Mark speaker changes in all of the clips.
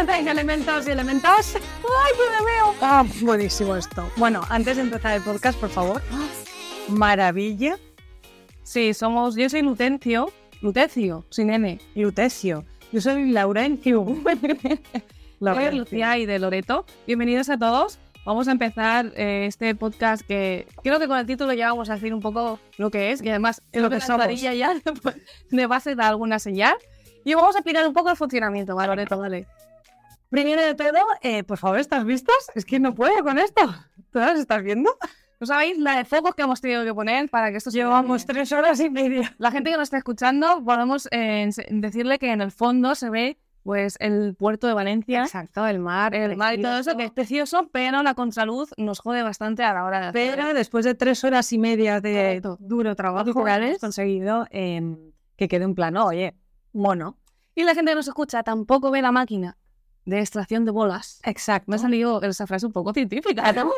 Speaker 1: estáis elementados y elementados? ¡Ay, que me veo! Ah, buenísimo esto. Bueno, antes de empezar el podcast, por favor. Maravilla. Sí, somos. Yo soy Lutencio. Lutecio, sin N. Lutecio. Yo soy Laurencio. Soy Lucía y de Loreto. Bienvenidos a todos. Vamos a empezar eh, este podcast que creo que con el título ya vamos a decir un poco lo que es y además
Speaker 2: Y lo
Speaker 1: creo
Speaker 2: que
Speaker 1: la
Speaker 2: somos.
Speaker 1: entradilla ya pues, de base da alguna señal. Y vamos a explicar un poco el funcionamiento, ¿vale, Loreto? Dale.
Speaker 2: Primero de todo, eh, por favor, ¿estás vistas? Es que no puedo con esto. ¿Tú las estás viendo?
Speaker 1: ¿No sabéis la de focos que hemos tenido que poner para que esto se-
Speaker 2: Llevamos tres horas y media.
Speaker 1: La gente que nos está escuchando, podemos eh, ense- decirle que en el fondo se ve pues el puerto de Valencia,
Speaker 2: Exacto, el mar,
Speaker 1: el mar y todo eso, que es precioso, pero la contraluz nos jode bastante a la hora de hacer.
Speaker 2: Pero después de tres horas y media de
Speaker 1: Correcto.
Speaker 2: duro trabajo,
Speaker 1: Correcto.
Speaker 2: hemos conseguido em, que quede un plano, oye, mono.
Speaker 1: Y la gente que nos escucha tampoco ve la máquina de extracción de bolas.
Speaker 2: Exacto.
Speaker 1: Me ha salido esa frase un poco científica. ¿no?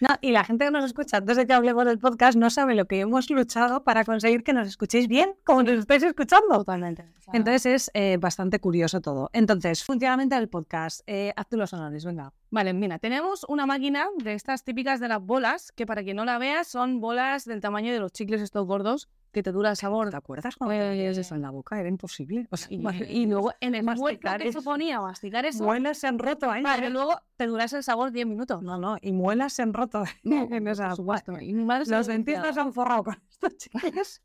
Speaker 2: No, y la gente que nos escucha antes de que hablemos del podcast no sabe lo que hemos luchado para conseguir que nos escuchéis bien como nos estáis escuchando. Totalmente. Entonces es eh, bastante curioso todo. Entonces, funcionamiento del podcast. Eh, haz tú los honores, venga.
Speaker 1: Vale, mira, tenemos una máquina de estas típicas de las bolas, que para quien no la vea, son bolas del tamaño de los chicles estos gordos que te dura el sabor.
Speaker 2: ¿Te acuerdas cuando
Speaker 1: Eh,
Speaker 2: tenías eso en la boca? Era imposible. O sea,
Speaker 1: Y,
Speaker 2: madre-
Speaker 1: y luego el esfuerzo
Speaker 2: masticar
Speaker 1: que
Speaker 2: eso.
Speaker 1: suponía masticar eso,
Speaker 2: muelas se han roto, ¿eh?
Speaker 1: para que luego te durase el sabor 10 minutos.
Speaker 2: No, no, y muelas se han roto. en esa-
Speaker 1: Por supuesto. Y mi madre se
Speaker 2: Los
Speaker 1: lo
Speaker 2: dentistas
Speaker 1: decía.
Speaker 2: se han forrado con estos chicles.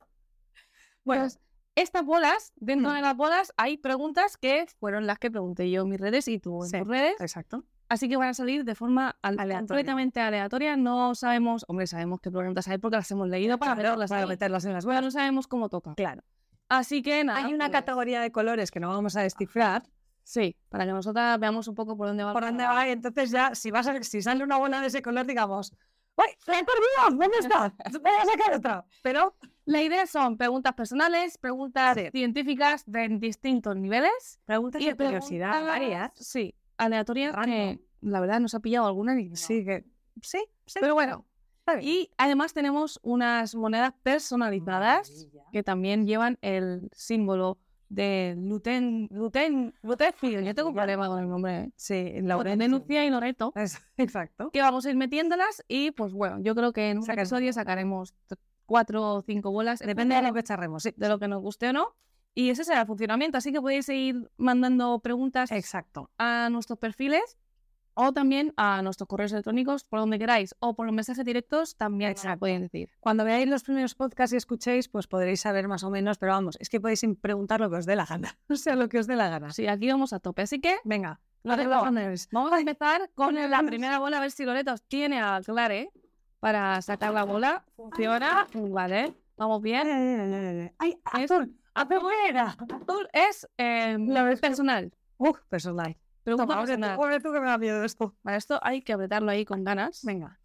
Speaker 2: Bueno,
Speaker 1: Entonces, estas bolas, dentro
Speaker 2: Mm.
Speaker 1: de las bolas, hay preguntas que fueron las que pregunté yo en mis redes y tú en
Speaker 2: Sí.
Speaker 1: tus redes.
Speaker 2: exacto.
Speaker 1: Así que van a salir de forma al-
Speaker 2: Aleatoria.
Speaker 1: completamente aleatoria. No sabemos, hombre, sabemos qué preguntas hay porque las hemos leído para
Speaker 2: Claro,
Speaker 1: meterlas.
Speaker 2: para
Speaker 1: ahí,
Speaker 2: meterlas en las
Speaker 1: pero no
Speaker 2: buenas.
Speaker 1: sabemos cómo toca.
Speaker 2: Claro.
Speaker 1: Así que nada.
Speaker 2: Hay una
Speaker 1: pues,
Speaker 2: categoría de colores que no vamos a descifrar,
Speaker 1: Sí, para que nosotras veamos un poco por dónde va. el
Speaker 2: por dónde
Speaker 1: programa.
Speaker 2: va y entonces ya si vas a- si sale una bola de ese color digamos ¡Uy! ¡La he perdido! ¿Dónde está? ¡Voy a sacar otra! Pero
Speaker 1: La idea son preguntas personales, preguntas
Speaker 2: Sí.
Speaker 1: científicas de distintos niveles.
Speaker 2: preguntas de curiosidad
Speaker 1: preguntas-
Speaker 2: varias.
Speaker 1: Sí, aleatorias que
Speaker 2: Random.
Speaker 1: la verdad nos ha pillado alguna ni
Speaker 2: Sí que sí, sí.
Speaker 1: Pero bueno,
Speaker 2: está bien.
Speaker 1: Y además tenemos unas monedas personalizadas
Speaker 2: Maravilla.
Speaker 1: que también llevan el símbolo de Luten, Luten, Lutefio. Yo tengo un problema con el nombre. ¿eh?
Speaker 2: sí,
Speaker 1: Bueno,
Speaker 2: Laurencio.
Speaker 1: de Lucía y Loreto.
Speaker 2: Es- exacto.
Speaker 1: Que vamos a ir metiéndolas y pues bueno, yo creo que en un
Speaker 2: Sacaremos.
Speaker 1: episodio sacaremos t- cuatro o cinco bolas. en
Speaker 2: Depende de
Speaker 1: función
Speaker 2: lo que charremos, sí.
Speaker 1: de lo que nos guste o no. Y ese será el funcionamiento. Así que podéis seguir mandando preguntas
Speaker 2: Exacto.
Speaker 1: a nuestros perfiles o también a nuestros correos electrónicos por donde queráis o por los mensajes directos también nos lo
Speaker 2: Exacto.
Speaker 1: pueden decir.
Speaker 2: Cuando veáis los primeros podcasts y escuchéis, pues podréis saber más o menos, pero vamos, es que podéis preguntar lo que os dé la gana. O sea, lo que os dé la gana.
Speaker 1: Sí, aquí vamos a tope. Así que
Speaker 2: Venga,
Speaker 1: Lo
Speaker 2: haz los
Speaker 1: hacemos.
Speaker 2: honores.
Speaker 1: vamos a empezar con
Speaker 2: con el
Speaker 1: la
Speaker 2: vamos.
Speaker 1: primera bola, a ver si Loreto tiene a Clare para sacar la bola. Funciona. Vale, vamos bien.
Speaker 2: ¡Ay, azul! ¡Apeguera!
Speaker 1: Azul es eh, personal.
Speaker 2: ¡Uf, personal!
Speaker 1: Pregunta
Speaker 2: Toma, ahora tú,
Speaker 1: personal.
Speaker 2: ahora tú que me da miedo esto.
Speaker 1: Para esto hay que apretarlo ahí con ganas.
Speaker 2: Venga.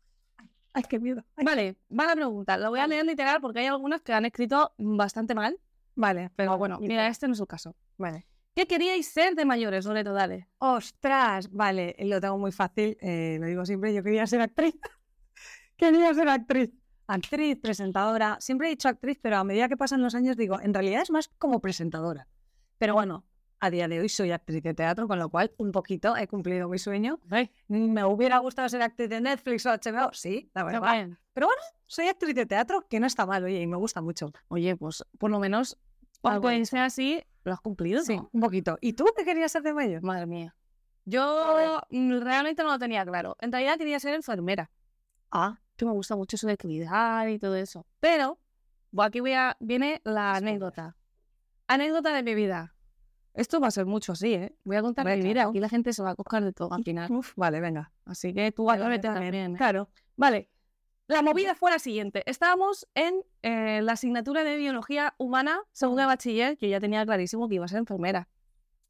Speaker 2: Ay, qué miedo. Ay.
Speaker 1: Vale, va la pregunta. La voy a leer literal porque hay algunas que han escrito bastante mal.
Speaker 2: Vale,
Speaker 1: Pero bueno, mira, este no es el caso.
Speaker 2: Vale.
Speaker 1: ¿Qué queríais ser de mayores, Loreto? Dale.
Speaker 2: Ostras, vale, lo tengo muy fácil, eh, lo digo siempre, yo quería ser actriz. quería ser actriz. Actriz, presentadora. Siempre he dicho actriz, pero a medida que pasan los años digo, en realidad es más como presentadora. Pero bueno, a día de hoy soy actriz de teatro, con lo cual un poquito he cumplido mi sueño. ¿Me hubiera gustado ser actriz de Netflix o HBO? Sí, la verdad.
Speaker 1: Bueno,
Speaker 2: Soy actriz de teatro, que no está mal, oye, y me gusta mucho.
Speaker 1: Oye, pues por lo menos, aunque
Speaker 2: bonito.
Speaker 1: sea así, lo has cumplido.
Speaker 2: Sí,
Speaker 1: ¿no?
Speaker 2: un poquito. ¿Y tú qué querías ser de mayor?
Speaker 1: Madre mía. Yo mm, realmente no lo tenía claro. En realidad quería ser enfermera,
Speaker 2: Ah,
Speaker 1: que me gusta mucho eso de cuidar y todo eso. Pero bueno, aquí voy a- viene la
Speaker 2: Spoiler.
Speaker 1: anécdota. Anécdota de mi vida. Esto va a ser mucho así, ¿eh? Voy a contar
Speaker 2: Hombre,
Speaker 1: mi vida.
Speaker 2: claro.
Speaker 1: Aquí la gente se va a coger de todo al final.
Speaker 2: uf, vale, venga.
Speaker 1: Así que tú
Speaker 2: Vale,
Speaker 1: valórate
Speaker 2: yo
Speaker 1: también.
Speaker 2: también.
Speaker 1: ¿eh?
Speaker 2: Claro.
Speaker 1: Vale. La movida fue la siguiente. Estábamos en eh, la asignatura de biología humana, segunda de bachiller, que ya tenía clarísimo que iba a ser enfermera.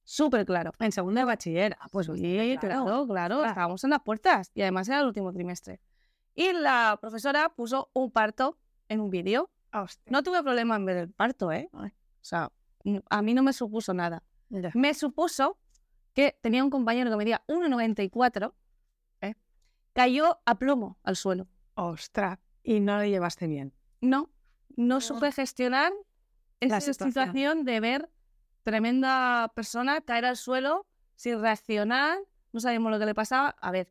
Speaker 1: Súper claro.
Speaker 2: En segundo de bachiller. Ah, pues
Speaker 1: Pues
Speaker 2: oye,
Speaker 1: sí, claro,
Speaker 2: claro.
Speaker 1: claro,
Speaker 2: Ostras.
Speaker 1: estábamos en las puertas y además era el último trimestre. Y la profesora puso un parto en un vídeo.
Speaker 2: Ah, Hostia.
Speaker 1: No tuve problema en ver el parto, ¿eh? O
Speaker 2: Ay.
Speaker 1: sea, n- a mí no me supuso nada. Me supuso que tenía un compañero que medía 1,94, ¿eh? cayó a plomo al suelo.
Speaker 2: Ostras. Y no lo llevaste bien.
Speaker 1: No, no
Speaker 2: Ah.
Speaker 1: supe gestionar
Speaker 2: La
Speaker 1: esa
Speaker 2: situación.
Speaker 1: situación de ver tremenda persona caer al suelo sin racional, no sabíamos lo que le pasaba. A ver,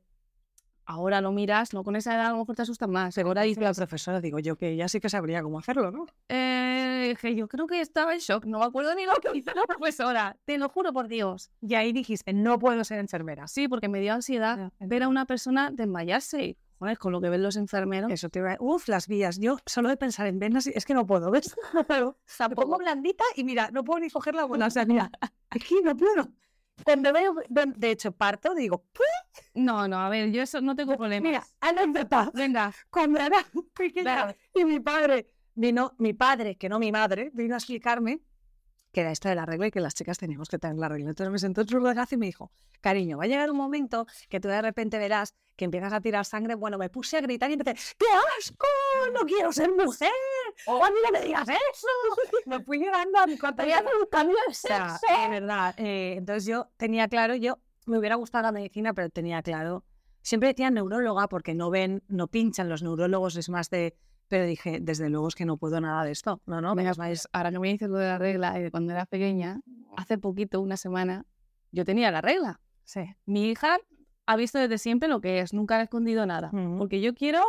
Speaker 1: ahora lo miras, no con esa edad a lo mejor te asustan más. Ahora
Speaker 2: Dice
Speaker 1: dices,
Speaker 2: la profesora, digo yo que ya sí que sabría cómo hacerlo, ¿no?
Speaker 1: eh, que yo creo que estaba en shock, no me acuerdo ni lo que hizo la profesora, te lo juro por Dios.
Speaker 2: Y ahí dijiste, no puedo ser enfermera.
Speaker 1: Sí, porque me dio ansiedad
Speaker 2: Ya,
Speaker 1: ver a una persona desmayarse. Joder, con lo que ven los enfermeros.
Speaker 2: Eso te iba a... Uf, las vías. Yo solo de pensar en venas, es que no puedo, ¿ves? Me pongo blandita y mira, no puedo ni coger la bola. O sea, mira, aquí no puedo. Cuando veo, de de hecho, parto, digo, "Pu-
Speaker 1: No, no, a ver, yo eso no tengo problemas.
Speaker 2: mira, anécdota.
Speaker 1: Venga,
Speaker 2: Cuando era pequeña
Speaker 1: Venga.
Speaker 2: y mi padre vino, mi padre, que no mi madre, vino a explicarme que era esta de la regla y que las chicas teníamos que tener la regla. Entonces me sentó en su regazo y me dijo, cariño, va a llegar un momento que tú de repente verás que empiezas a tirar sangre. Bueno, me puse a gritar y empecé, ¡qué asco! ¡No quiero ser mujer! ¡Oh, a mí no me digas eso! me fui llorando a mi cuarto.
Speaker 1: Había
Speaker 2: un cambio de De verdad. eh, entonces yo tenía claro, yo me hubiera gustado la medicina, pero tenía claro. Siempre decía neuróloga Ah, porque no ven, no pinchan los neurólogos, es más de... Pero dije, desde luego es que no puedo nada de esto. No, no,
Speaker 1: Venga, pues, ahora que me dices lo de la regla y de cuando era pequeña, hace poquito, una semana, yo tenía la regla.
Speaker 2: Sí.
Speaker 1: Mi hija ha visto desde siempre lo que es, nunca ha escondido nada.
Speaker 2: Ujú.
Speaker 1: Porque yo quiero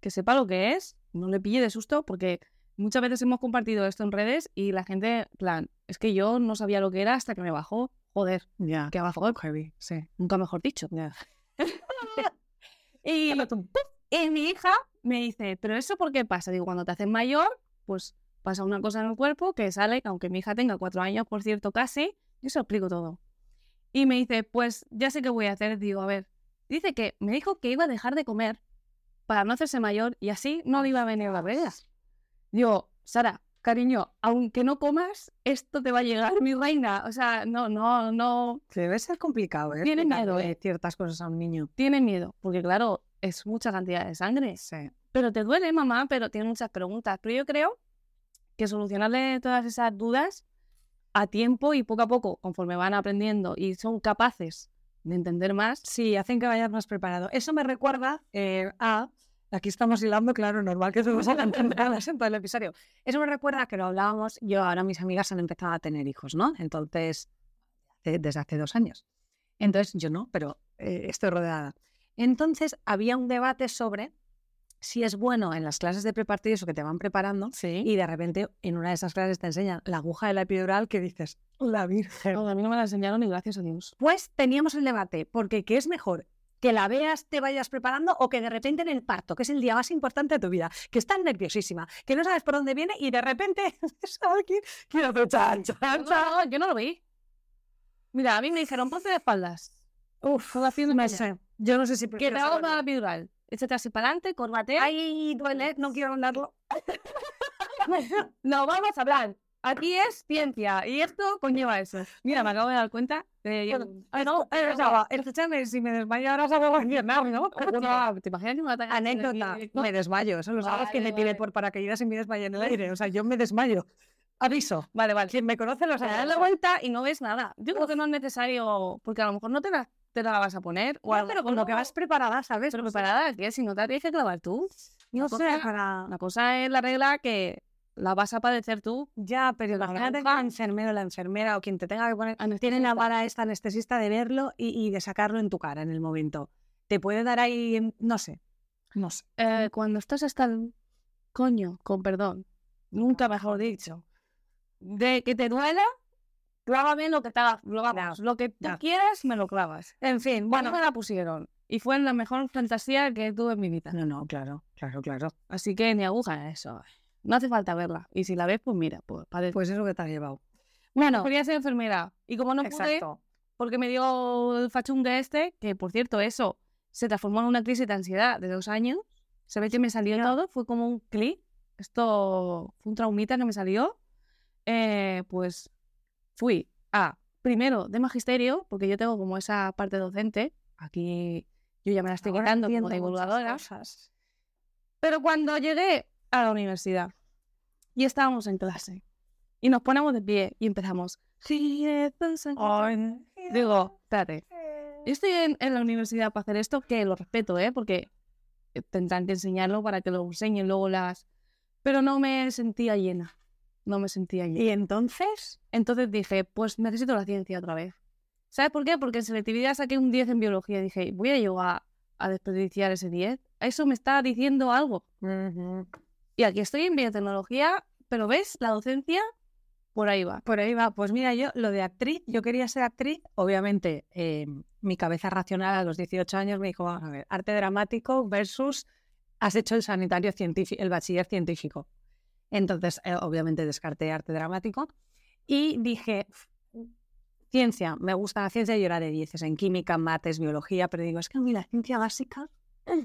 Speaker 1: que sepa lo que es, no le pille de susto, porque muchas veces hemos compartido esto en redes y la gente, en plan, es que yo no sabía lo que era hasta que me bajó. Joder,
Speaker 2: Ya.
Speaker 1: que abajo,
Speaker 2: heavy, sí.
Speaker 1: nunca mejor dicho.
Speaker 2: Ya.
Speaker 1: Y, y mi hija me dice, ¿pero eso por qué pasa? Digo, cuando te haces mayor, pues pasa una cosa en el cuerpo que sale, aunque mi hija tenga cuatro años, por cierto, casi, yo se lo explico todo. Y me dice, pues ya sé qué voy a hacer. Digo, a ver, dice que me dijo que iba a dejar de comer para no hacerse mayor y así no le iba a venir la regla. Digo, Sara, cariño, aunque no comas, esto te va a llegar, mi reina. O sea, no, no, no,
Speaker 2: Que Debe ser complicado, ¿eh?
Speaker 1: Tiene
Speaker 2: explicarle
Speaker 1: miedo, ¿eh?
Speaker 2: Ciertas cosas a un niño.
Speaker 1: tiene miedo, porque claro, es mucha cantidad de sangre.
Speaker 2: Sí.
Speaker 1: pero te duele, mamá, pero tiene muchas preguntas. Pero yo creo que solucionarle todas esas dudas a tiempo y poco a poco, conforme van aprendiendo y son capaces de entender más,
Speaker 2: Sí, hacen que vayas más preparado. Eso me recuerda eh, a. Aquí estamos hilando, claro, normal que estemos adelantando nada en todo el episodio. Eso me recuerda que lo hablábamos. Yo ahora mis amigas han empezado a tener hijos, ¿no? Entonces, de- desde hace dos años. Entonces, yo no, pero eh, estoy rodeada. Entonces, había un debate sobre si es bueno en las clases de preparatoria, eso que te van preparando,
Speaker 1: sí.
Speaker 2: y de repente en una de esas clases te enseñan la aguja de la epidural que dices, la virgen.
Speaker 1: a mí no me la enseñaron y gracias a Dios.
Speaker 2: Pues teníamos el debate, porque ¿qué es mejor? Que la veas, te vayas preparando o que de repente en el parto, que es el día más importante de tu vida, que estás nerviosísima, que no sabes por dónde viene y de repente ves a alguien que hace chan, chan, chan.
Speaker 1: No, yo no lo vi. Mira, a mí me dijeron, ponte de espaldas.
Speaker 2: Uf,
Speaker 1: Todo haciendo
Speaker 2: no
Speaker 1: señas.
Speaker 2: sé. Yo no sé si
Speaker 1: Que
Speaker 2: prefiero
Speaker 1: te hago
Speaker 2: saberlo.
Speaker 1: para la epidural. Échate así para adelante, corbatea.
Speaker 2: Ay, duele, no quiero hablarlo.
Speaker 1: No vamos a hablar. Aquí es ciencia y esto conlleva eso. Mira, me acabo de dar cuenta. de-
Speaker 2: Ay, no, eh, o sea, va, escúchame, si me desmayo ahora se va a reaccionar, ¿no?
Speaker 1: Guau, ¿Te imaginas que me atacan en el
Speaker 2: Anécdota,
Speaker 1: directo?
Speaker 2: me desmayo, eso lo sabes que
Speaker 1: Vale,
Speaker 2: me tiré
Speaker 1: vale.
Speaker 2: por paracaídas y me desmayé en el aire, o sea, yo me desmayo. Aviso,
Speaker 1: Vale, vale.
Speaker 2: quien me conoce lo
Speaker 1: te
Speaker 2: sabe.
Speaker 1: das la vuelta y no ves nada. Yo creo que no es necesario, porque a lo mejor no te la, te la vas a poner. O a
Speaker 2: pero
Speaker 1: mejor
Speaker 2: con lo que
Speaker 1: no-
Speaker 2: vas preparada, ¿sabes?
Speaker 1: Pero
Speaker 2: O sea,
Speaker 1: preparada, que si no te la tienes que clavar tú.
Speaker 2: No
Speaker 1: Una
Speaker 2: sé,
Speaker 1: cosa-
Speaker 2: para...
Speaker 1: Una cosa es la regla que la vas a padecer tú.
Speaker 2: Ya, pero
Speaker 1: la
Speaker 2: imagínate que
Speaker 1: aguja.
Speaker 2: la enfermera o la enfermera o quien te tenga que poner... Tiene
Speaker 1: Anestesista.
Speaker 2: la vara esta anestesista de verlo y, y de sacarlo en tu cara en el momento. Te puede dar ahí... em, No sé. No sé.
Speaker 1: Eh, cuando estás hasta el coño, con perdón, nunca mejor dicho, de que te duela, clávame lo que te haga, lo, vamos, lo que tú
Speaker 2: ya.
Speaker 1: quieras, me lo clavas.
Speaker 2: En fin,
Speaker 1: Bueno,
Speaker 2: bueno...
Speaker 1: me la pusieron. Y fue la mejor fantasía que tuve en mi vida.
Speaker 2: No, no, claro, claro, claro.
Speaker 1: Así que ni aguja eso. No hace falta verla. Y si la ves, pues mira, pues para
Speaker 2: Pues eso que te has llevado.
Speaker 1: Bueno, quería ser enfermera. Y como no pude,
Speaker 2: Exacto.
Speaker 1: porque me dio el fachunga este, que por cierto, eso se transformó en una crisis de ansiedad de dos años. Se ve que me salió todo, fue como un clic. Esto fue un traumita que me salió. Eh, pues fui a, primero, de magisterio, porque yo tengo como esa parte docente. Aquí yo ya me la estoy
Speaker 2: Ahora
Speaker 1: quitando
Speaker 2: entiendo
Speaker 1: como
Speaker 2: muchas
Speaker 1: divulgadora.
Speaker 2: cosas.
Speaker 1: Pero cuando llegué a la universidad y estábamos en clase y nos ponemos de pie y empezamos. Digo, espérate, yo estoy en, en la universidad para hacer esto, que lo respeto, ¿eh? Porque tendrán que enseñarlo para que lo enseñen luego las... Pero no me sentía llena, no me sentía llena.
Speaker 2: Y entonces...
Speaker 1: Entonces dije, pues necesito la ciencia otra vez. ¿Sabes por qué? Porque en selectividad saqué un 10 en biología. Dije, voy a llegar a desperdiciar ese 10. Eso me está diciendo algo. Y aquí estoy en biotecnología, pero ves, la docencia por ahí va.
Speaker 2: Por ahí va. Pues mira, yo lo de actriz, yo quería ser actriz. Obviamente, eh, mi cabeza racional a los 18 años me dijo, vamos a ver, arte dramático versus has hecho el sanitario científico, el bachiller científico. Entonces, eh, obviamente descarté arte dramático y dije, ciencia, me gusta la ciencia, yo era de 10 en química, mates, biología, pero digo, es que a mí la ciencia básica mm,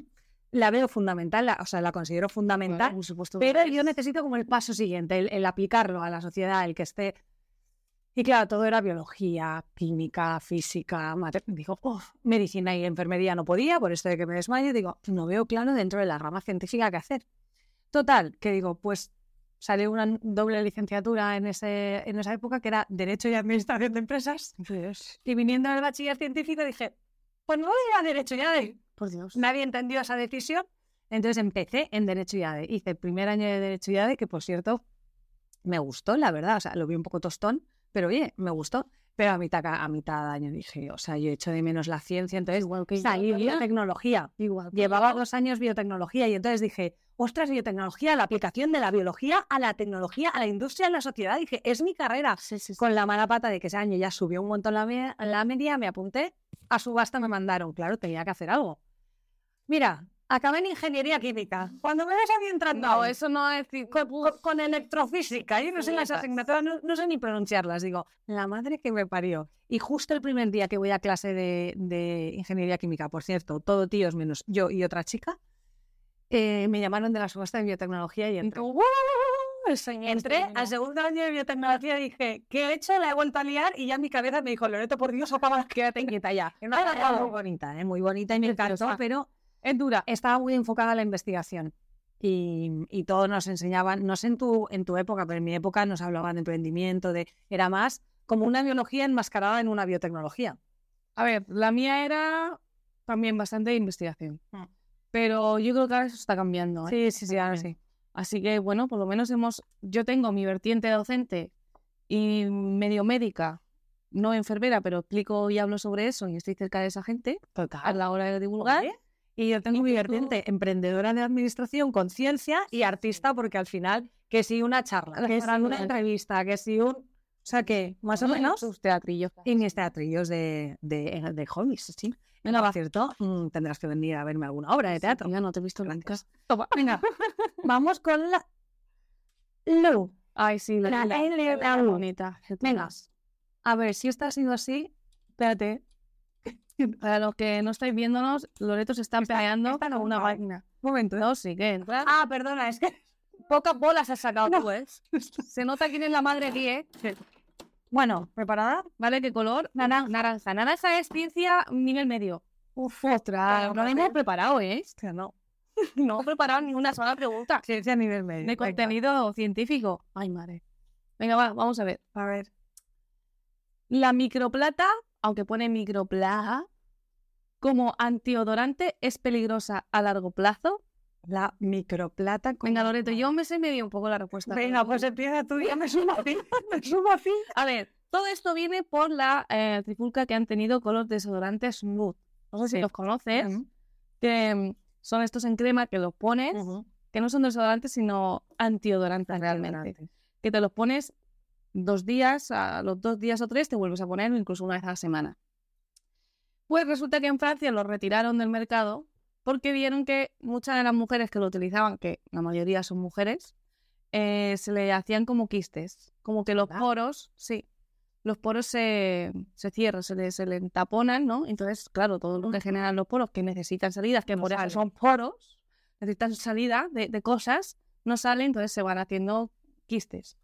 Speaker 2: la veo fundamental, la- o sea, la considero fundamental,
Speaker 1: por supuesto.
Speaker 2: pero yo necesito como el paso siguiente, el, el aplicarlo a la sociedad, el que esté... Y claro, todo era biología, química, física, mate- digo, "Uf, medicina y enfermería no podía, por esto de que me desmaye, digo, no veo claro dentro de la rama científica qué hacer. Total, que digo, pues salió una n- doble licenciatura en, ese, en esa época que era Derecho y Administración de Empresas. Y viniendo al bachiller científico dije, pues no voy a Derecho y ADE.
Speaker 1: Por Dios.
Speaker 2: Nadie entendió esa decisión. Entonces empecé en Derecho y ADE. Hice el primer año de Derecho y ADE, que por cierto, me gustó, la verdad. O sea, lo vi un poco tostón, pero oye, me gustó. Pero a mitad, ca- a mitad de año dije, o sea, yo echo de menos la ciencia, entonces
Speaker 1: Igual que
Speaker 2: salí
Speaker 1: yo,
Speaker 2: de la
Speaker 1: ¿verdad?
Speaker 2: tecnología.
Speaker 1: Igual. que
Speaker 2: Llevaba
Speaker 1: yo.
Speaker 2: dos años biotecnología y entonces dije, ostras, biotecnología, la aplicación de la biología a la tecnología, a la industria, a la sociedad. Dije, es mi carrera.
Speaker 1: Sí, sí, sí.
Speaker 2: Con la mala pata de que ese año ya subió un montón la, me- la media, me apunté, a subasta me mandaron. Claro, tenía que hacer algo. Mira, acabé en ingeniería química. Cuando me ves a mí entrando
Speaker 1: No,
Speaker 2: ahí,
Speaker 1: eso no es... decir-
Speaker 2: con, con- con electrofísica, yo no sé las
Speaker 1: Flipas.
Speaker 2: asignaturas, no, no sé ni pronunciarlas. Digo, la madre que me parió. Y justo el primer día que voy a clase de, de ingeniería química, por cierto, todo tíos menos yo y otra chica, eh, me llamaron de la subasta de biotecnología y entré.
Speaker 1: ¡Guau! El señor
Speaker 2: Entré
Speaker 1: terminó.
Speaker 2: al segundo año de biotecnología y dije, ¿qué he hecho? La he vuelto a liar y ya en mi cabeza me dijo, Loreto, por Dios, acaba, quédate quieta ya. Era una carrera muy bonita, ¿eh? muy bonita y me encantó,
Speaker 1: Preciosa.
Speaker 2: pero
Speaker 1: Es dura.
Speaker 2: estaba muy enfocada a la investigación y, y todos nos enseñaban, no sé en tu, en tu época, pero en mi época nos hablaban de emprendimiento, de, era más como una biología enmascarada en una biotecnología.
Speaker 1: A ver, la mía era también bastante de investigación.
Speaker 2: Mm.
Speaker 1: Pero yo creo que ahora eso está cambiando. ¿eh?
Speaker 2: Sí, sí, sí, ahora
Speaker 1: También.
Speaker 2: sí.
Speaker 1: Así que, bueno, por lo menos hemos... Yo tengo mi vertiente docente y medio médica, no enfermera, pero explico y hablo sobre eso y estoy cerca de esa gente a
Speaker 2: Total.
Speaker 1: la hora de divulgar.
Speaker 2: Y yo tengo
Speaker 1: Y
Speaker 2: mi
Speaker 1: tú-
Speaker 2: vertiente emprendedora de administración, conciencia y artista, porque al final, que si una charla, que si
Speaker 1: Para
Speaker 2: una
Speaker 1: nada.
Speaker 2: entrevista, que si un... O sea que, más o menos,
Speaker 1: Sus teatrillos.
Speaker 2: y mis teatrillos de, de, de hobbies, sí. Venga, por cierto, mm, tendrás que venir a verme alguna obra de teatro.
Speaker 1: Ya no te he visto nunca.
Speaker 2: Gracias. Venga, vamos con la... Lu.
Speaker 1: Ay, sí, la,
Speaker 2: La
Speaker 1: la-
Speaker 2: L
Speaker 1: la
Speaker 2: round.
Speaker 1: bonita.
Speaker 2: Venga. A ver, si está siendo así, espérate.
Speaker 1: Para los que no estáis viéndonos, Loreto se está peleando
Speaker 2: está
Speaker 1: con una
Speaker 2: nublado.
Speaker 1: máquina.
Speaker 2: Un momento.
Speaker 1: No, sí, que entra.
Speaker 2: Ah, perdona, es que...
Speaker 1: ¿eh? pocas bolas has sacado
Speaker 2: No.
Speaker 1: tú, ¿eh? Se nota quién es la madre aquí, ¿eh?
Speaker 2: Bueno, ¿preparada?
Speaker 1: ¿Vale? ¿Qué color? Naranja. Naranja, Naranja es ciencia nivel medio. Uf, ostras, no
Speaker 2: Vamos a
Speaker 1: hemos
Speaker 2: ver.
Speaker 1: preparado, ¿eh?
Speaker 2: Hostia, no.
Speaker 1: No he preparado ni una sola pregunta
Speaker 2: Ciencia a nivel medio.
Speaker 1: de
Speaker 2: Venga.
Speaker 1: contenido científico. Ay, madre. Venga, va, vamos a ver.
Speaker 2: A ver.
Speaker 1: La microplata, aunque pone microplaga, como antiodorante es peligrosa a largo plazo.
Speaker 2: La microplata. con-
Speaker 1: Venga, Loreto, yo me sé medio un poco la respuesta.
Speaker 2: Venga, pues empieza tú, ya me sumo a ti. Me sumo a ti.
Speaker 1: A ver, todo esto viene por la eh, trifulca que han tenido con los desodorantes Nude. No sé si
Speaker 2: Sí. Mm.
Speaker 1: los conoces, que mm, son estos en crema que los pones,
Speaker 2: Ujú.
Speaker 1: que no son desodorantes, sino antiodorantes realmente. Que te los pones dos días, a los dos días o tres te vuelves a poner, incluso una vez a la semana. Pues resulta que en Francia los retiraron del mercado porque vieron que muchas de las mujeres que lo utilizaban, que la mayoría son mujeres, eh, se le hacían como quistes, como que los
Speaker 2: ¿Verdad?
Speaker 1: poros, sí, los poros se, se cierran, se le, se le taponan, ¿no? Entonces, claro, todo lo que generan los poros que necesitan salidas, que
Speaker 2: No
Speaker 1: por eso
Speaker 2: sale.
Speaker 1: son poros, necesitan salida de, de cosas, no sale, entonces se van haciendo quistes.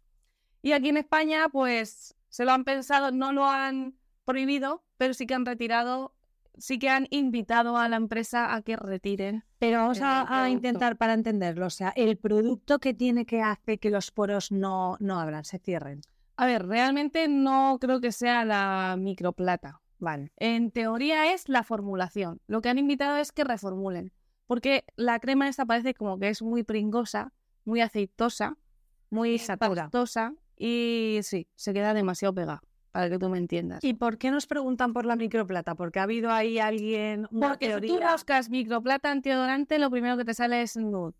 Speaker 1: Y aquí en España, pues, se lo han pensado, no lo han prohibido, pero sí que han retirado, sí que han invitado a la empresa a que retiren.
Speaker 2: Pero vamos
Speaker 1: El
Speaker 2: a, a
Speaker 1: producto.
Speaker 2: intentar para entenderlo. O sea, el producto que tiene que hacer que los poros no, no abran, se cierren.
Speaker 1: A ver, realmente no creo que sea la microplata.
Speaker 2: Vale.
Speaker 1: En teoría es la formulación. Lo que han invitado es que reformulen, porque la crema esta parece como que es muy pringosa, muy aceitosa, muy
Speaker 2: Bien, pasta.
Speaker 1: pastosa y sí, se queda demasiado pegada. para que tú me entiendas.
Speaker 2: ¿Y por qué nos preguntan por la microplata? Porque ha habido ahí alguien, una
Speaker 1: Porque si tú
Speaker 2: teoría.
Speaker 1: buscas microplata antiodorante, lo primero que te sale es nude.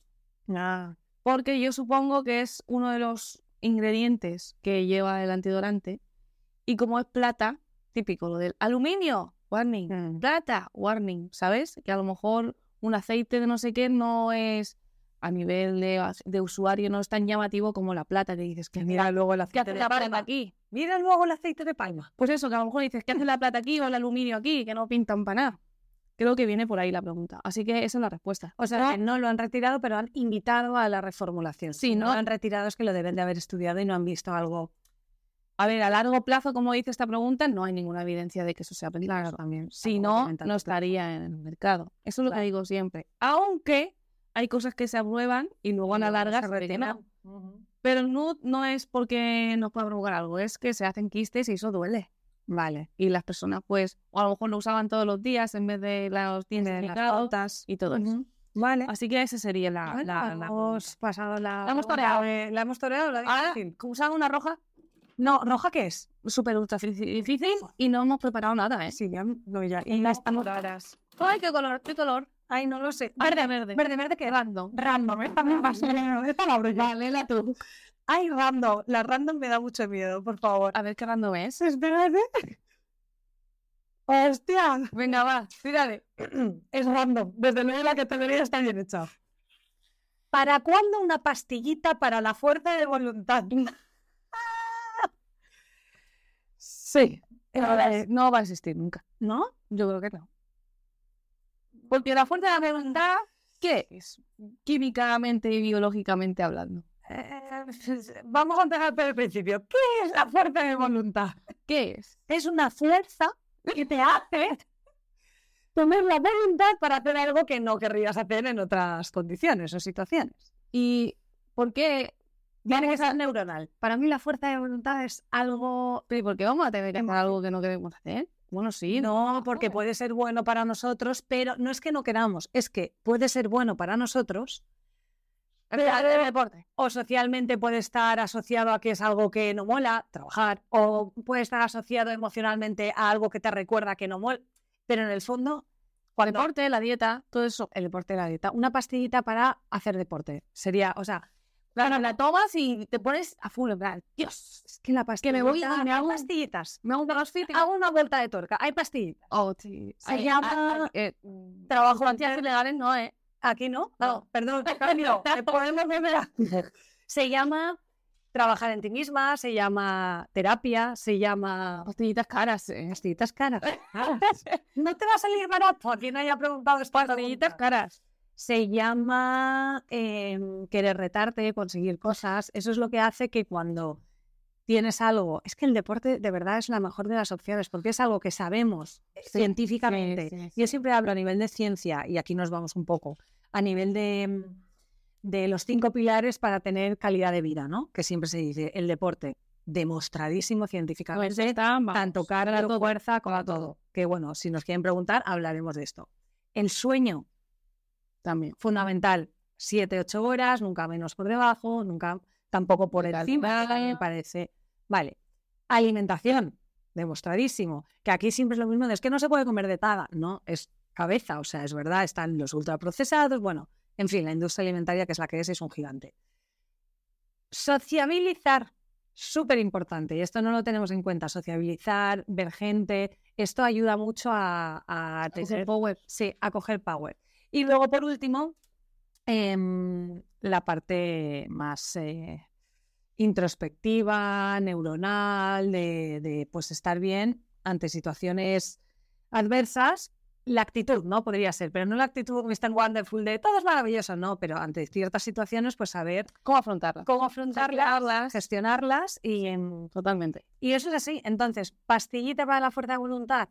Speaker 2: Ah,
Speaker 1: Porque yo supongo que es uno de los ingredientes que lleva el antidorante. Y como es plata, típico lo del aluminio, warning.
Speaker 2: mm.
Speaker 1: Plata, warning, ¿sabes? Que a lo mejor un aceite de no sé qué no es a nivel de, de usuario no es tan llamativo como la plata que dices que
Speaker 2: Mira luego el
Speaker 1: ¿Qué
Speaker 2: aceite
Speaker 1: hace
Speaker 2: de
Speaker 1: la plata
Speaker 2: palma.
Speaker 1: aquí?
Speaker 2: Mira luego el aceite de palma.
Speaker 1: Pues eso, que a lo mejor dices, ¿qué hace la plata aquí o el aluminio aquí? Que no pintan para nada. Creo que viene por ahí la pregunta. Así que esa es la respuesta. Ah,
Speaker 2: O sea, que no lo han retirado, pero han invitado a la reformulación.
Speaker 1: Sí,
Speaker 2: Si
Speaker 1: ¿no?
Speaker 2: lo han retirado es que lo deben de haber estudiado y no han visto algo.
Speaker 1: A ver, a largo plazo, como dice esta pregunta, no hay ninguna evidencia de que eso sea peligroso.
Speaker 2: Claro, también.
Speaker 1: Si no, no estaría en el mercado. Eso es lo que
Speaker 2: Claro.
Speaker 1: digo siempre. Aunque hay cosas que se aprueban y luego a la larga se retiran. Pero el nude no es porque nos pueda provocar algo, es que se hacen quistes y eso duele.
Speaker 2: Vale.
Speaker 1: Y las personas, pues, o a lo mejor lo usaban todos los días en vez de los dientes
Speaker 2: Tienen las
Speaker 1: picados
Speaker 2: pautas.
Speaker 1: y todo eso.
Speaker 2: Ujú. Vale. Ah,
Speaker 1: Así que esa sería la.
Speaker 2: Bueno,
Speaker 1: la- la
Speaker 2: hemos pasado la.
Speaker 1: La hemos
Speaker 2: pregunta
Speaker 1: toreado.
Speaker 2: de- La hemos toreado, la
Speaker 1: Ahora-
Speaker 2: difícil.
Speaker 1: pregunta. ¿Usaba una roja?
Speaker 2: No, ¿roja qué es?
Speaker 1: Súper ultra difícil y no hemos preparado nada, ¿eh?
Speaker 2: Sí, ya. No, ya.
Speaker 1: Y
Speaker 2: Y
Speaker 1: no
Speaker 2: las estamos
Speaker 1: ¡Ay, qué color! ¡Qué color!
Speaker 2: Ay, no lo sé.
Speaker 1: Verde, verde.
Speaker 2: Verde, verde, ¿qué?
Speaker 1: Random.
Speaker 2: Random. Esta me va a ser- Esta la abro yo.
Speaker 1: Vale, la tú.
Speaker 2: Ay, random. La random me da mucho miedo, por favor.
Speaker 1: A ver qué random es.
Speaker 2: Espérate. Hostia.
Speaker 1: Venga, va, tírale.
Speaker 2: Es random. Desde luego la categoría está bien hecha. ¿Para cuándo una pastillita para la fuerza de voluntad? sí.
Speaker 1: Eh, No va a existir nunca.
Speaker 2: ¿No?
Speaker 1: Yo creo que no. Porque la fuerza de la voluntad, ¿qué es? Químicamente y biológicamente hablando.
Speaker 2: Eh, vamos a empezar por el principio. ¿Qué es la fuerza de voluntad?
Speaker 1: ¿Qué es?
Speaker 2: Es una fuerza que te hace tener la voluntad para hacer algo que no querrías hacer en otras condiciones o situaciones.
Speaker 1: ¿Y por qué?
Speaker 2: Viene esa neuronal.
Speaker 1: Para mí la fuerza de voluntad es algo... ¿Pero ¿y por qué vamos a tener que hacer algo que no queremos hacer? Bueno, sí.
Speaker 2: No, porque
Speaker 1: joder.
Speaker 2: puede ser bueno para nosotros, pero no es que no queramos, es que puede ser bueno para nosotros
Speaker 1: Actividades de deporte.
Speaker 2: o socialmente puede estar asociado a que es algo que no mola, trabajar, o puede estar asociado emocionalmente a algo que te recuerda que no mola, pero en el fondo
Speaker 1: El
Speaker 2: cuando
Speaker 1: deporte, la dieta, todo eso.
Speaker 2: el deporte de la dieta, una pastillita para hacer deporte, sería, o sea,
Speaker 1: Claro, la tomas y te pones a full, en plan, Dios,
Speaker 2: es que la pastilla
Speaker 1: me voy,
Speaker 2: a
Speaker 1: me hago-
Speaker 2: pastillitas.
Speaker 1: me hago un crossfit y me-
Speaker 2: Hago una vuelta de tuerca, hay pastillitas.
Speaker 1: Oh, sí.
Speaker 2: Se
Speaker 1: Ay,
Speaker 2: llama-
Speaker 1: ay, eh,
Speaker 2: Trabajo
Speaker 1: sustancias ilegales no, ¿eh?
Speaker 2: Aquí no,
Speaker 1: No.
Speaker 2: no, perdón, cambio, eh, podemos volver a- Se llama trabajar en ti misma, se llama terapia, se llama
Speaker 1: Pastillitas caras, eh.
Speaker 2: pastillitas caras. no te va a salir barato a quien haya preguntado esta
Speaker 1: Pastillitas
Speaker 2: pregunta.
Speaker 1: caras.
Speaker 2: Se llama em, querer retarte, conseguir cosas. Eso es lo que hace que cuando tienes algo, es que el deporte de verdad es la mejor de las opciones porque es algo que sabemos eh,
Speaker 1: Sí,
Speaker 2: científicamente.
Speaker 1: sí, sí,
Speaker 2: Yo
Speaker 1: sí.
Speaker 2: siempre hablo a nivel de ciencia y aquí nos vamos un poco a nivel de mm, de los cinco pilares para tener calidad de vida, ¿no? Que siempre se dice el deporte demostradísimo
Speaker 1: A ver,
Speaker 2: científicamente
Speaker 1: está, Pues vamos.
Speaker 2: tanto carga,
Speaker 1: Para todo.
Speaker 2: fuerza como todo. Que bueno, si nos quieren preguntar, hablaremos de esto. El sueño,
Speaker 1: También.
Speaker 2: fundamental. Siete, ocho horas, nunca menos por debajo, nunca tampoco por
Speaker 1: El
Speaker 2: encima,
Speaker 1: alcohol.
Speaker 2: me parece. Vale. Alimentación, demostradísimo. Que aquí siempre es lo mismo, de, es que no se puede comer de tada. No, es cabeza, o sea, es verdad, están los ultraprocesados, bueno, en fin, la industria alimentaria que es la que es, es un gigante. Sociabilizar, súper importante, y esto no lo tenemos en cuenta, sociabilizar, ver gente, esto ayuda mucho a, a tener-
Speaker 1: Power.
Speaker 2: Sí, a coger power. Y luego, por último, em, la parte más eh, introspectiva, neuronal, de, de, pues estar bien ante situaciones adversas. La actitud, ¿no? Podría ser, pero no la actitud Mr. Wonderful de todo es maravilloso, no, pero ante ciertas situaciones, pues saber
Speaker 1: ¿Cómo afrontarla?
Speaker 2: cómo afrontarlas, gestionarlas y, em,
Speaker 1: Totalmente.
Speaker 2: y eso es así. Entonces, pastillita para la fuerza de voluntad.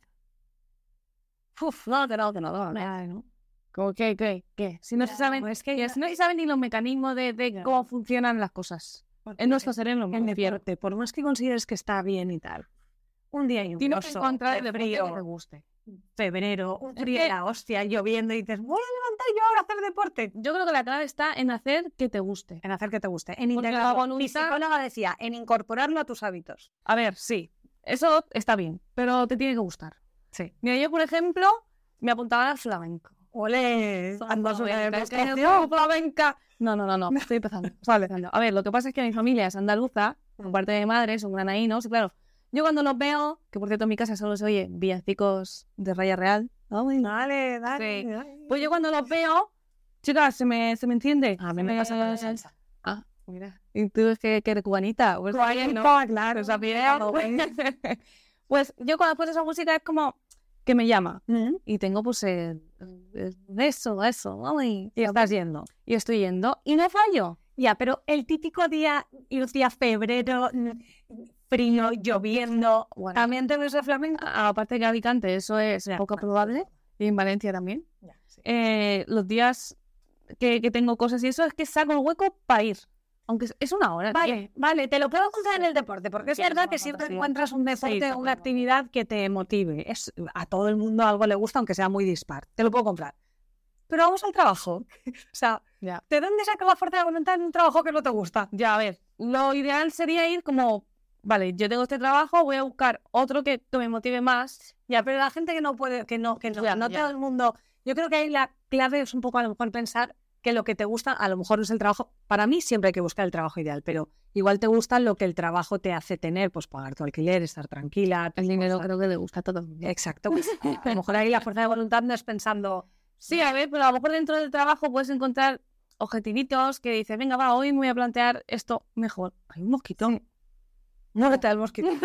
Speaker 2: Uf, no, no, no, no, no, no.
Speaker 1: Como que, que, que. Si no se saben,
Speaker 2: es que
Speaker 1: si no se saben ni los mecanismos de, de
Speaker 2: Ya.
Speaker 1: cómo funcionan las cosas. En nuestro cerebro, me
Speaker 2: el
Speaker 1: refiero.
Speaker 2: deporte, por más que consideres que está bien y tal, un día lluvioso,
Speaker 1: Tienes que encontrar el
Speaker 2: de
Speaker 1: deporte que te
Speaker 2: frío,
Speaker 1: guste.
Speaker 2: febrero, un
Speaker 1: Es
Speaker 2: frío
Speaker 1: que-
Speaker 2: de la hostia, lloviendo y dices, voy a levantar yo ahora a hacer deporte.
Speaker 1: Yo creo que la clave está en hacer que te guste.
Speaker 2: En hacer que te guste, en
Speaker 1: Porque la
Speaker 2: integrarlo. Mi
Speaker 1: voluntad-
Speaker 2: psicóloga decía, en incorporarlo a tus hábitos.
Speaker 1: A ver, sí. Eso está bien, pero te tiene que gustar.
Speaker 2: Sí.
Speaker 1: Mira, yo, por ejemplo, me apuntaba al flamenco.
Speaker 2: ¡Ole!
Speaker 1: Soy
Speaker 2: Andas una
Speaker 1: flamenca, que
Speaker 2: demostración.
Speaker 1: soy flamenca. No, no, no, no, estoy empezando.
Speaker 2: Vale. Mm.
Speaker 1: empezando. A ver, lo que pasa es que mi familia es andaluza, por parte de mi madre, son granaínos, y claro, yo cuando los veo, que por cierto en mi casa solo se oye villancicos de Raya Real,
Speaker 2: Dale, dale.
Speaker 1: Sí.
Speaker 2: dale.
Speaker 1: pues yo cuando los veo, chicas, se me, se me enciende.
Speaker 2: a mí
Speaker 1: Se
Speaker 2: me pasa con la salsa.
Speaker 1: Ah, mira. ¿Y tú es que, que eres cubanita? Pues está bien, ¿no?
Speaker 2: Cualquier- Claro,
Speaker 1: Los apellidos, pues. Pues yo cuando escucho esa música es como que me llama.
Speaker 2: Mm.
Speaker 1: Y tengo pues el- el- eso, eso, ¿no? Y,
Speaker 2: Y estás yendo.
Speaker 1: y estoy yendo. Y no fallo.
Speaker 2: Ya, pero el típico día, ir día febrero, mm, frío, lloviendo,
Speaker 1: Bueno,
Speaker 2: ¿también te ves el flamenco?
Speaker 1: a- aparte que Alicante eso es
Speaker 2: Ya,
Speaker 1: poco
Speaker 2: claro.
Speaker 1: probable. Y en Valencia también.
Speaker 2: Ya, sí.
Speaker 1: Eh, los días que, que tengo cosas y eso es que saco el hueco para ir. Aunque es- es una hora. tía.
Speaker 2: Vale, vale, te lo puedo contar en el deporte, porque es
Speaker 1: Sí, es
Speaker 2: verdad
Speaker 1: una
Speaker 2: que siempre
Speaker 1: fantasía.
Speaker 2: encuentras un deporte
Speaker 1: está
Speaker 2: o una
Speaker 1: claro.
Speaker 2: actividad que te motive. Es, a todo el mundo algo le gusta, aunque sea muy dispar. Te lo puedo comprar. Pero vamos al trabajo. o sea,
Speaker 1: Ya.
Speaker 2: ¿de dónde sacas la fuerza de voluntad en un trabajo que no te gusta?
Speaker 1: Ya, a ver, lo ideal sería ir como, vale, yo tengo este trabajo, voy a buscar otro que, que me motive más.
Speaker 2: Ya, pero la gente que no puede, que no, que no,
Speaker 1: Ya,
Speaker 2: no
Speaker 1: ya.
Speaker 2: todo el mundo. Yo creo que ahí la clave es un poco a lo mejor pensar que lo que te gusta a lo mejor no es el trabajo. Para mí siempre hay que buscar el trabajo ideal, pero igual te gusta lo que el trabajo te hace tener, pues pagar tu alquiler, estar tranquila. tus cosas.
Speaker 1: creo que le gusta a todo el mundo.
Speaker 2: Exacto. pues, a lo mejor ahí la fuerza de voluntad no es pensando.
Speaker 1: Sí, a ver, pero a lo mejor dentro del trabajo puedes encontrar objetivitos que dices, venga, va, hoy me voy a plantear esto mejor.
Speaker 2: Hay un mosquitón. Muérete del mosquitón.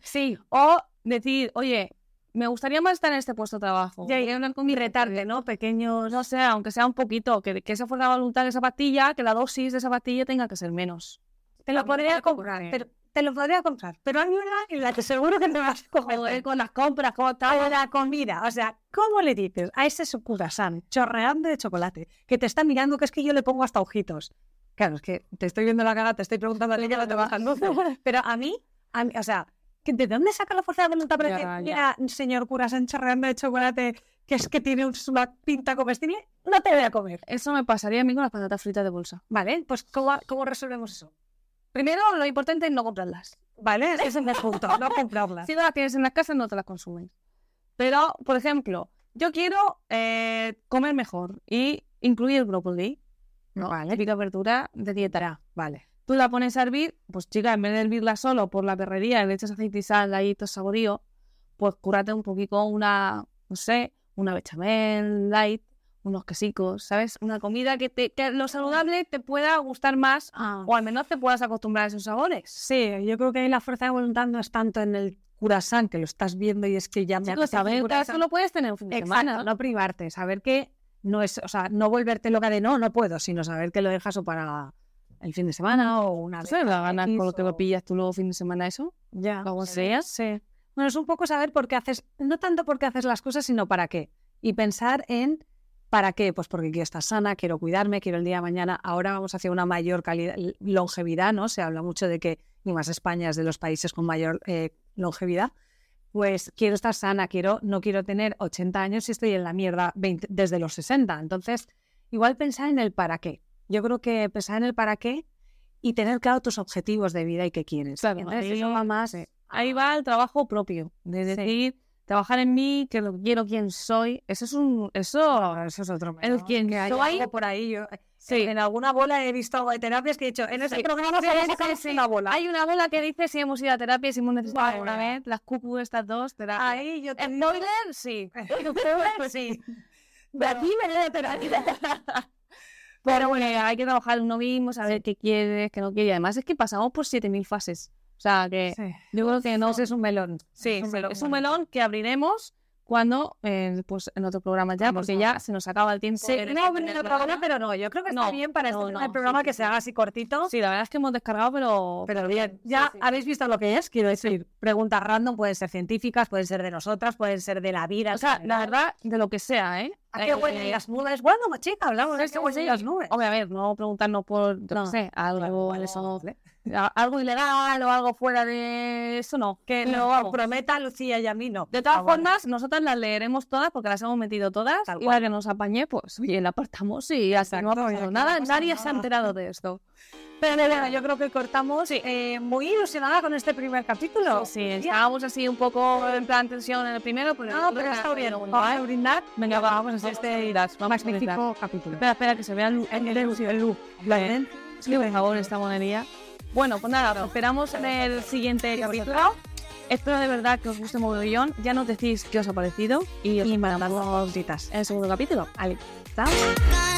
Speaker 1: Sí. O decir, oye, me gustaría más estar en este puesto de trabajo.
Speaker 2: Ya, y
Speaker 1: Voy a hablar con
Speaker 2: Y
Speaker 1: mi
Speaker 2: retarte, ¿no? Pequeños.
Speaker 1: No sé, aunque sea un poquito, que, que esa fuerza de voluntad de esa pastilla, que la dosis de esa pastilla tenga que ser menos.
Speaker 2: te lo
Speaker 1: también
Speaker 2: podría
Speaker 1: puede
Speaker 2: comprar.
Speaker 1: ocurrir.
Speaker 2: Pero, te lo podría comprar. Pero hay una en la que seguro que te vas a
Speaker 1: Joder,
Speaker 2: coger.
Speaker 1: con las compras, ¿cómo está?
Speaker 2: Con la comida. O sea, ¿cómo le dices a ese sucurasán chorreando de chocolate que te está mirando que es que yo le pongo hasta ojitos? Claro, es que te estoy viendo la cara, te estoy preguntando a ella, no te vas al dulce. Pero a mí, a mí- o sea, que ¿de dónde saca la fuerza de voluntad para
Speaker 1: Ya,
Speaker 2: decir,
Speaker 1: ya.
Speaker 2: mira, señor curasán chorreando de chocolate que es que tiene una pinta comestible? No te voy a comer.
Speaker 1: Eso me pasaría a mí con las patatas fritas de bolsa.
Speaker 2: Vale, pues ¿cómo, cómo resolvemos eso?
Speaker 1: Primero, lo importante es no comprarlas.
Speaker 2: Vale, ese es el punto, no comprarla.
Speaker 1: Si no las tienes en las casas, no te las consumen. Pero, por ejemplo, yo quiero eh, comer mejor y incluir el brócoli,
Speaker 2: vale.
Speaker 1: típica verdura de dieta.
Speaker 2: Vale.
Speaker 1: Tú la pones a hervir, pues chica, en vez de hervirla solo por la perrería, le echas aceite y sal, ahí todo saborío, pues cúrate un poquito una, no sé, una bechamel light, unos quesicos, ¿sabes? Una comida que, te, que lo saludable te pueda gustar más o al menos te puedas acostumbrar a esos sabores.
Speaker 2: Ah. Sí, yo creo que ahí la fuerza de voluntad no es tanto en el curasán, que lo estás viendo y es que ya me
Speaker 1: Tú
Speaker 2: apetece
Speaker 1: sabes,
Speaker 2: curasán.
Speaker 1: eso lo puedes tener un fin de semana.
Speaker 2: Exacto, no privarte, saber que no es, o sea, no volverte loca de no, no puedo, sino saber que lo dejas o para el fin de semana o una vez.
Speaker 1: ¿Sabes las ganas
Speaker 2: X
Speaker 1: con lo que
Speaker 2: o-
Speaker 1: lo pillas tú luego fin de semana eso?
Speaker 2: Ya.
Speaker 1: Como sea.
Speaker 2: Sí. Bueno, es un poco saber por qué haces, no tanto por qué haces las cosas, sino para qué. Y pensar en para qué, pues porque quiero estar sana, quiero cuidarme, quiero el día de mañana. Ahora vamos hacia una mayor calidad, longevidad, ¿no? Se habla mucho de que, y más España es de los países con mayor eh, longevidad. Pues quiero estar sana, quiero, no quiero tener 80 años y estoy en la mierda 20 desde los 60. Entonces, igual pensar en el para qué. Yo creo que pensar en el para qué y tener claro tus objetivos de vida y qué quieres.
Speaker 1: Claro,
Speaker 2: Entonces,
Speaker 1: ahí-
Speaker 2: eso va más
Speaker 1: Ahí va el trabajo propio, de
Speaker 2: Sí.
Speaker 1: decir, trabajar en mí, que lo que quiero, quién soy. Eso es un... Eso...
Speaker 2: No, "Oh, eso es otro
Speaker 1: El
Speaker 2: melón,
Speaker 1: quien
Speaker 2: que hay
Speaker 1: soy-
Speaker 2: algo por ahí. Yo, eh,
Speaker 1: Sí.
Speaker 2: En alguna bola he visto algo de terapias que he dicho, en ese
Speaker 1: Sí.
Speaker 2: programa
Speaker 1: Sí,
Speaker 2: se va a
Speaker 1: sí,
Speaker 2: sacar
Speaker 1: sí.
Speaker 2: una bola.
Speaker 1: Hay una bola que dice si hemos ido a terapia, si hemos necesitado
Speaker 2: Vale.
Speaker 1: alguna vez, las cucu estas dos, terapia.
Speaker 2: ahí yo te digo-
Speaker 1: ¿Spoiler? Sí. Pues
Speaker 2: Spoiler, sí. De
Speaker 1: Pero-
Speaker 2: aquí me de terapia.
Speaker 1: Pero bueno, hay que trabajar uno mismo, saber qué quieres, qué no quieres. Y además es que pasamos por 7.000 fases. O sea, que yo creo que no...
Speaker 2: Entonces es un melón.
Speaker 1: Sí, es un melón, que abriremos cuando, eh, pues en otro programa ya,
Speaker 2: Vamos
Speaker 1: porque
Speaker 2: a-
Speaker 1: ya se nos acaba el tiempo. en este
Speaker 2: no, pero,
Speaker 1: primer
Speaker 2: no,
Speaker 1: programa.
Speaker 2: pero no, yo creo que está
Speaker 1: No,
Speaker 2: bien para
Speaker 1: no,
Speaker 2: este
Speaker 1: no,
Speaker 2: primer
Speaker 1: sí,
Speaker 2: programa
Speaker 1: sí,
Speaker 2: que se
Speaker 1: sí.
Speaker 2: haga así cortito.
Speaker 1: Sí, la verdad es que hemos descargado, pero...
Speaker 2: Pero bien,
Speaker 1: Sí,
Speaker 2: ya
Speaker 1: sí.
Speaker 2: habéis visto lo que es, quiero decir, preguntas random pueden ser científicas, pueden ser de nosotras, pueden ser de la vida.
Speaker 1: O
Speaker 2: en
Speaker 1: sea, la
Speaker 2: general.
Speaker 1: verdad, de lo que sea, ¿eh?
Speaker 2: ¿A qué
Speaker 1: Eh,
Speaker 2: huelen las nubes? Bueno, chica, hablamos de
Speaker 1: sí,
Speaker 2: qué huelen
Speaker 1: sí.
Speaker 2: las nubes.
Speaker 1: Hombre, a ver, no preguntarnos por, yo
Speaker 2: No,
Speaker 1: no sé, algo,
Speaker 2: Vale,
Speaker 1: eso, eh,
Speaker 2: vale.
Speaker 1: a- algo ilegal o algo fuera de eso, no.
Speaker 2: Que
Speaker 1: No,
Speaker 2: nos
Speaker 1: vamos.
Speaker 2: comprometa a Lucía y a mí, no.
Speaker 1: De todas
Speaker 2: Ah, vale.
Speaker 1: formas, nosotras las leeremos todas porque las hemos metido todas.
Speaker 2: Tal
Speaker 1: y la que nos apañe, pues oye, la apartamos y hasta no ha
Speaker 2: Exacto, y
Speaker 1: pasado
Speaker 2: aquí no
Speaker 1: nada.
Speaker 2: pasa
Speaker 1: Nadie se
Speaker 2: nada.
Speaker 1: ha enterado de esto.
Speaker 2: Pero Elena, yo creo que cortamos eh, muy ilusionada con este primer capítulo.
Speaker 1: Sí, estábamos así un poco en plan tensión en el primero, Ah, pero...
Speaker 2: No, pero está bien. Vamos a brindar.
Speaker 1: Venga, va, vamos a hacer
Speaker 2: Vamos a
Speaker 1: este irás, vamos a brindar.
Speaker 2: Magnífico capítulo.
Speaker 1: Espera, espera, que se vea el luz.
Speaker 2: En el Lucio, el Lu.
Speaker 1: Sí, por favor, esta monería. Bueno, pues nada, os esperamos en el siguiente capítulo. Espero de verdad que os guste mogollón. Ya nos decís qué os ha parecido y os
Speaker 2: Y
Speaker 1: mandamos
Speaker 2: cositas.
Speaker 1: en el segundo capítulo. Vale, chao.
Speaker 3: Gonna